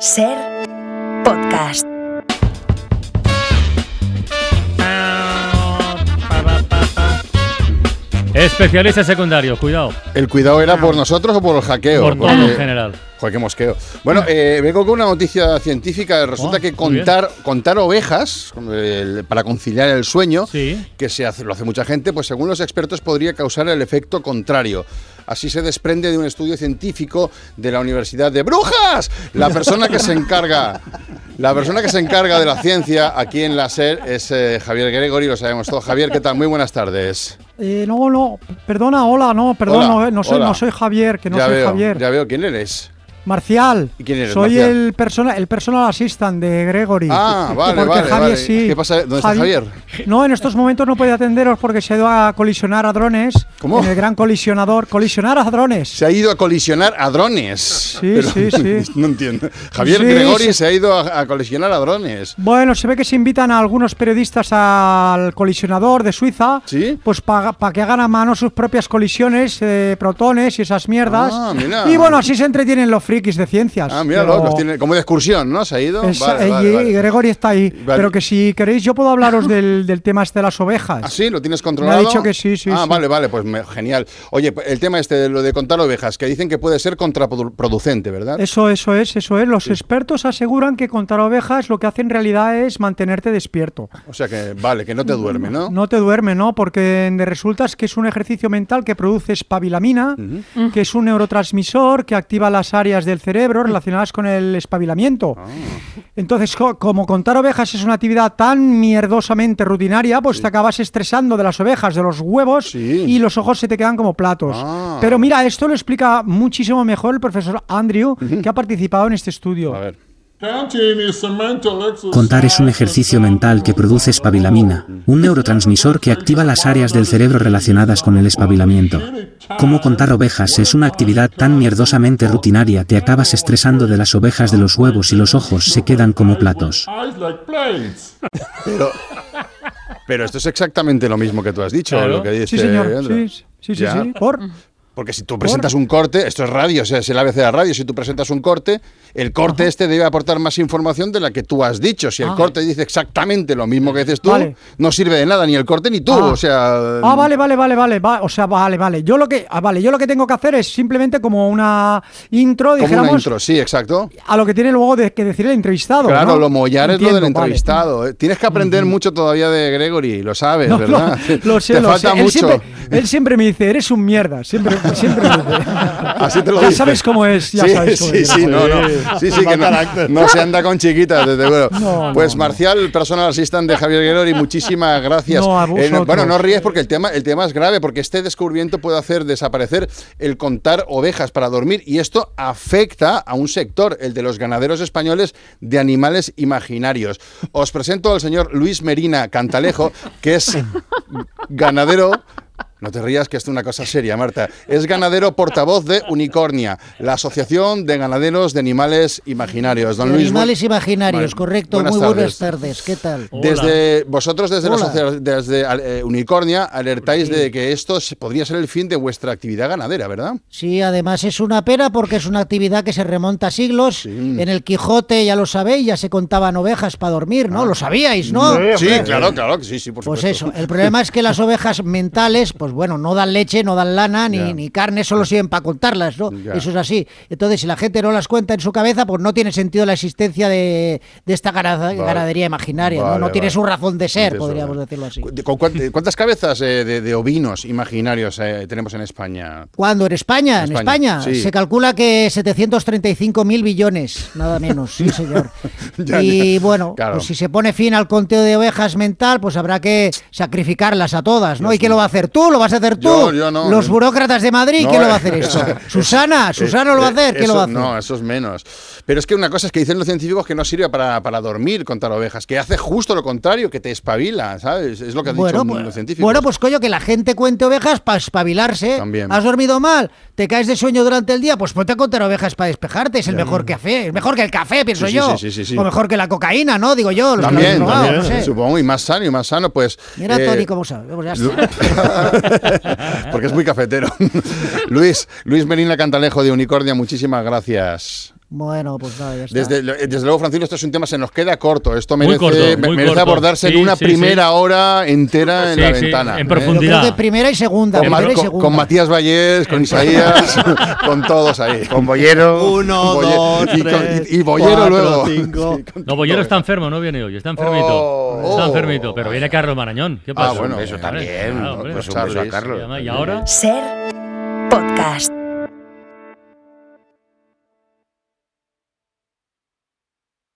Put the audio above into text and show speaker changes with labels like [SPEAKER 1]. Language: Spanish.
[SPEAKER 1] Ser podcast.
[SPEAKER 2] Especialista secundario, cuidado.
[SPEAKER 3] ¿El cuidado era por nosotros o por los hackeos?
[SPEAKER 2] Por todo en general.
[SPEAKER 3] Joder, qué mosqueo. Bueno, eh, vengo con una noticia científica. Resulta
[SPEAKER 2] Oh,
[SPEAKER 3] que
[SPEAKER 2] muy
[SPEAKER 3] contar, contar ovejas eh, para conciliar el sueño,
[SPEAKER 2] Sí.
[SPEAKER 3] que se hace, lo hace mucha gente, pues según los expertos podría causar el efecto contrario. Así se desprende de un estudio científico de la Universidad de Brujas. La persona que se encarga, la persona que se encarga de la ciencia aquí en la SER es eh, Javier Gregory, lo sabemos todos. Javier, ¿qué tal? Muy buenas tardes.
[SPEAKER 4] Eh, no, no, perdona, hola, no, perdón,
[SPEAKER 3] Hola,
[SPEAKER 4] no, eh, no soy,
[SPEAKER 3] hola.
[SPEAKER 4] no soy Javier, que no
[SPEAKER 3] ya
[SPEAKER 4] soy
[SPEAKER 3] veo,
[SPEAKER 4] Javier.
[SPEAKER 3] ya veo quién eres.
[SPEAKER 4] Marcial.
[SPEAKER 3] ¿Y quién eres,
[SPEAKER 4] soy
[SPEAKER 3] Marcial?
[SPEAKER 4] el, persona, el personal assistant de Gregory.
[SPEAKER 3] Ah, vale,
[SPEAKER 4] Porque
[SPEAKER 3] vale,
[SPEAKER 4] Javier
[SPEAKER 3] vale.
[SPEAKER 4] sí.
[SPEAKER 3] ¿Qué pasa? ¿Dónde está
[SPEAKER 4] No, en estos momentos no puede atenderos porque se ha ido a colisionar a drones.
[SPEAKER 3] ¿Cómo?
[SPEAKER 4] En el gran colisionador. Colisionar a drones.
[SPEAKER 3] se ha ido a colisionar a drones. Sí,
[SPEAKER 4] sí, sí.
[SPEAKER 3] No entiendo. Javier
[SPEAKER 4] Sí,
[SPEAKER 3] Gregori
[SPEAKER 4] sí.
[SPEAKER 3] se ha ido a, a colisionar a drones.
[SPEAKER 4] Bueno, se ve que se invitan a algunos periodistas al colisionador de Suiza,
[SPEAKER 3] ¿Sí?
[SPEAKER 4] pues para que hagan a mano sus propias colisiones, eh, protones y esas mierdas.
[SPEAKER 3] Ah, mira.
[SPEAKER 4] Y bueno, así se entretienen los frikis de ciencias.
[SPEAKER 3] Ah, mira,
[SPEAKER 4] pero-
[SPEAKER 3] los tiene como de excursión, ¿no? Se ha ido.
[SPEAKER 4] Esa-
[SPEAKER 3] Vale,
[SPEAKER 4] eh,
[SPEAKER 3] vale,
[SPEAKER 4] y,
[SPEAKER 3] vale.
[SPEAKER 4] y Gregory está ahí.
[SPEAKER 3] Vale.
[SPEAKER 4] Pero que si queréis, yo puedo hablaros del, del tema este de las ovejas.
[SPEAKER 3] ¿Ah, sí? ¿Lo tienes controlado?
[SPEAKER 4] dicho que sí, sí,
[SPEAKER 3] Ah,
[SPEAKER 4] sí.
[SPEAKER 3] vale, vale, pues me- genial. Oye, el tema este de lo de contar ovejas, que dicen que puede ser contraproducente, ¿verdad?
[SPEAKER 4] Eso, eso es, eso es. Los expertos aseguran que contar ovejas lo que hace en realidad es mantenerte despierto.
[SPEAKER 3] O sea que, vale, que no te duerme, ¿no?
[SPEAKER 4] No te duerme, ¿no? Porque de- resultas que es un ejercicio mental que produce espabilamina, que es un neurotransmisor que activa las áreas del cerebro relacionadas con el espabilamiento.
[SPEAKER 3] Ah.
[SPEAKER 4] Entonces, jo- como contar ovejas es una actividad tan mierdosamente rutinaria, pues te acabas estresando de las ovejas, de los huevos
[SPEAKER 3] Sí.
[SPEAKER 4] y los ojos se te quedan como platos.
[SPEAKER 3] Ah.
[SPEAKER 4] Pero mira, esto lo explica muchísimo mejor el profesor Andrew, que ha participado en este estudio.
[SPEAKER 3] A ver.
[SPEAKER 5] Contar es un ejercicio mental que produce espabilamina, un neurotransmisor que activa las áreas del cerebro relacionadas con el espabilamiento. Como contar ovejas es una actividad tan mierdosamente rutinaria que acabas estresando de las ovejas de los huevos y los ojos se quedan como platos.
[SPEAKER 3] Pero, pero esto es exactamente lo mismo que tú has dicho,
[SPEAKER 2] Claro.
[SPEAKER 3] lo que dice
[SPEAKER 4] Sí, señor.
[SPEAKER 3] Leandro.
[SPEAKER 4] Sí, sí, sí, sí,
[SPEAKER 3] este Ya.
[SPEAKER 4] sí. Por.
[SPEAKER 3] Porque si tú presentas un corte, esto es radio, o sea, es el ABC de la radio, si tú presentas un corte, el corte este debe aportar más información de la que tú has dicho. Si el
[SPEAKER 4] Ah.
[SPEAKER 3] corte dice exactamente lo mismo que dices tú,
[SPEAKER 4] Vale.
[SPEAKER 3] no sirve de nada ni el corte ni tú,
[SPEAKER 4] Ah.
[SPEAKER 3] o sea...
[SPEAKER 4] Ah, vale, vale, vale, vale, va- o sea, vale, vale. Yo lo que, ah, vale, yo lo que tengo que hacer es simplemente como una intro,
[SPEAKER 3] Como
[SPEAKER 4] dijéramos,
[SPEAKER 3] una intro, sí, exacto.
[SPEAKER 4] a lo que tiene luego de, que decir el entrevistado.
[SPEAKER 3] Claro,
[SPEAKER 4] ¿no?
[SPEAKER 3] lo mollar es lo
[SPEAKER 4] Entiendo,
[SPEAKER 3] del
[SPEAKER 4] vale.
[SPEAKER 3] entrevistado. eh. Tienes que aprender mucho todavía de Gregory, lo sabes,
[SPEAKER 4] No, lo-
[SPEAKER 3] ¿verdad?
[SPEAKER 4] lo, sé,
[SPEAKER 3] Te
[SPEAKER 4] lo
[SPEAKER 3] falta
[SPEAKER 4] sé. Él
[SPEAKER 3] mucho.
[SPEAKER 4] siempre, él siempre me dice, eres un mierda. Siempre, siempre me dice.
[SPEAKER 3] Así te lo
[SPEAKER 4] ya
[SPEAKER 3] dice.
[SPEAKER 4] sabes cómo es, ya
[SPEAKER 3] sí,
[SPEAKER 4] sabes cómo
[SPEAKER 3] sí,
[SPEAKER 4] es.
[SPEAKER 3] sí, no, no. Sí, sí, que no, no se anda con chiquitas, desde luego.
[SPEAKER 4] No,
[SPEAKER 3] pues Marcial, personal assistant de Javier Guerrero, y muchísimas gracias.
[SPEAKER 4] No, a vosotros.
[SPEAKER 3] bueno, no ríes porque el tema, el tema es grave, porque este descubrimiento puede hacer desaparecer el contar ovejas para dormir, y esto afecta a un sector, el de los ganaderos españoles de animales imaginarios. Os presento al señor Luis Merina Cantalejo, que es ganadero. No te rías, que esto es una cosa seria, Marta. Es ganadero portavoz de Unicornia, la Asociación de Ganaderos de Animales Imaginarios. Don
[SPEAKER 6] De
[SPEAKER 3] Luis, bu-
[SPEAKER 6] animales imaginarios,
[SPEAKER 3] Vale.
[SPEAKER 6] correcto.
[SPEAKER 3] Buenas
[SPEAKER 6] Muy buenas
[SPEAKER 3] tardes.
[SPEAKER 6] tardes, ¿qué tal?
[SPEAKER 3] Desde vosotros, desde, la
[SPEAKER 6] Hola.
[SPEAKER 3] asocia- desde eh, Unicornia, alertáis de que esto se- podría ser el fin de vuestra actividad ganadera, ¿verdad?
[SPEAKER 6] Sí, además es una pena porque es una actividad que se remonta a siglos. En el Quijote, ya lo sabéis, ya se contaban ovejas para dormir,
[SPEAKER 3] Ah.
[SPEAKER 6] ¿no? Lo sabíais, ¿no?
[SPEAKER 3] Sí, claro, claro, que sí, sí, por
[SPEAKER 6] Oh, Pues
[SPEAKER 3] supuesto.
[SPEAKER 6] eso, el problema es que las ovejas mentales, pues bueno, no dan leche, no dan lana, ni,
[SPEAKER 3] Ya.
[SPEAKER 6] ni carne, solo sirven para contarlas, ¿no?
[SPEAKER 3] Ya.
[SPEAKER 6] Eso es así. Entonces, si la gente no las cuenta en su cabeza, pues no tiene sentido la existencia de, de esta gana- ganadería imaginaria, ¿no?
[SPEAKER 3] Vale,
[SPEAKER 6] No tiene
[SPEAKER 3] vale.
[SPEAKER 6] su razón de ser,
[SPEAKER 3] Entiendo,
[SPEAKER 6] podríamos
[SPEAKER 3] vale.
[SPEAKER 6] decirlo así.
[SPEAKER 3] ¿Cu- de- con cuán- eh, ¿Cuántas cabezas eh, de, de ovinos imaginarios eh, tenemos en España?
[SPEAKER 6] ¿Cuándo? ¿En España?
[SPEAKER 3] En
[SPEAKER 6] En
[SPEAKER 3] España,
[SPEAKER 6] España.
[SPEAKER 3] sí.
[SPEAKER 6] Se calcula que 735 mil billones, nada menos, sí, señor.
[SPEAKER 3] Ya,
[SPEAKER 6] y
[SPEAKER 3] ya.
[SPEAKER 6] bueno,
[SPEAKER 3] Claro.
[SPEAKER 6] pues si se pone fin al conteo de ovejas mental, pues habrá que sacrificarlas a todas, ¿no? ¿Y quién lo va a hacer? ¿Tú? ¿Lo vas a hacer tú?
[SPEAKER 3] Yo- yo no.
[SPEAKER 6] Los burócratas de Madrid,
[SPEAKER 3] No,
[SPEAKER 6] ¿quién lo va a
[SPEAKER 3] eh,
[SPEAKER 6] hacer eso?
[SPEAKER 3] eso-
[SPEAKER 6] Susana, Susana lo va a hacer, ¿quién
[SPEAKER 3] Eh, Eso-
[SPEAKER 6] lo va a hacer?
[SPEAKER 3] No, eso es menos. Pero es que una cosa es que dicen los científicos que no sirve para, para dormir contar ovejas, que hace justo lo contrario, que te espabila, ¿sabes? Es lo que han dicho
[SPEAKER 6] pues,
[SPEAKER 3] los científicos.
[SPEAKER 6] bueno, pues coño, que la gente cuente ovejas para espabilarse.
[SPEAKER 3] También.
[SPEAKER 6] ¿Has dormido mal? ¿Te caes de sueño durante el día? Pues ponte a contar ovejas para despejarte. Es el mejor café. Es mejor que el café, pienso
[SPEAKER 3] sí,
[SPEAKER 6] yo.
[SPEAKER 3] sí, sí, sí, sí.
[SPEAKER 6] O mejor que la cocaína, ¿no? Digo yo. los que lo habéis
[SPEAKER 3] también,
[SPEAKER 6] probado,
[SPEAKER 3] también,
[SPEAKER 6] no sé.
[SPEAKER 3] supongo, y más sano, y más sano, pues...
[SPEAKER 6] Mira,
[SPEAKER 3] eh,
[SPEAKER 6] Tony, cómo sabe. Pues ya está.
[SPEAKER 3] Lu- Porque es muy cafetero. Luis, Luis Merina Cantalejo de Unicornia, muchísimas gracias.
[SPEAKER 6] Bueno, pues nada, ya está.
[SPEAKER 3] Desde, eh, desde luego, Francino, esto es un tema, se nos queda corto. Esto
[SPEAKER 2] Muy
[SPEAKER 3] merece,
[SPEAKER 2] corto, muy
[SPEAKER 3] merece
[SPEAKER 2] corto.
[SPEAKER 3] abordarse en
[SPEAKER 2] Sí,
[SPEAKER 3] una
[SPEAKER 2] sí,
[SPEAKER 3] primera
[SPEAKER 2] sí.
[SPEAKER 3] hora entera en
[SPEAKER 2] Sí,
[SPEAKER 3] la
[SPEAKER 2] sí,
[SPEAKER 3] ventana.
[SPEAKER 2] en
[SPEAKER 3] ¿eh?
[SPEAKER 2] profundidad.
[SPEAKER 6] Yo creo que primera y segunda,
[SPEAKER 3] Con, Ma-
[SPEAKER 6] primera y
[SPEAKER 3] con-
[SPEAKER 6] segunda.
[SPEAKER 3] con Matías Vallés, con Isaías, con todos ahí.
[SPEAKER 7] Con Bollero.
[SPEAKER 8] Uno,
[SPEAKER 3] Boye-
[SPEAKER 8] dos,
[SPEAKER 3] y con-
[SPEAKER 8] tres,
[SPEAKER 3] y- y Boyero
[SPEAKER 8] cuatro,
[SPEAKER 3] luego.
[SPEAKER 8] cinco.
[SPEAKER 3] Sí, con-
[SPEAKER 2] No, Bollero está enfermo, no viene hoy, está enfermito.
[SPEAKER 3] Oh,
[SPEAKER 2] está
[SPEAKER 3] oh.
[SPEAKER 2] enfermito, pero viene Carlos Marañón. ¿Qué
[SPEAKER 3] Ah,
[SPEAKER 2] pasa?
[SPEAKER 3] bueno,
[SPEAKER 2] Hombre,
[SPEAKER 3] eso pues
[SPEAKER 2] claro,
[SPEAKER 7] también,
[SPEAKER 2] claro,
[SPEAKER 7] ¿no?
[SPEAKER 2] hombre.
[SPEAKER 7] Pues un
[SPEAKER 3] Charles.
[SPEAKER 7] beso a Carlos.
[SPEAKER 2] ¿Y ahora?
[SPEAKER 1] Ser podcast.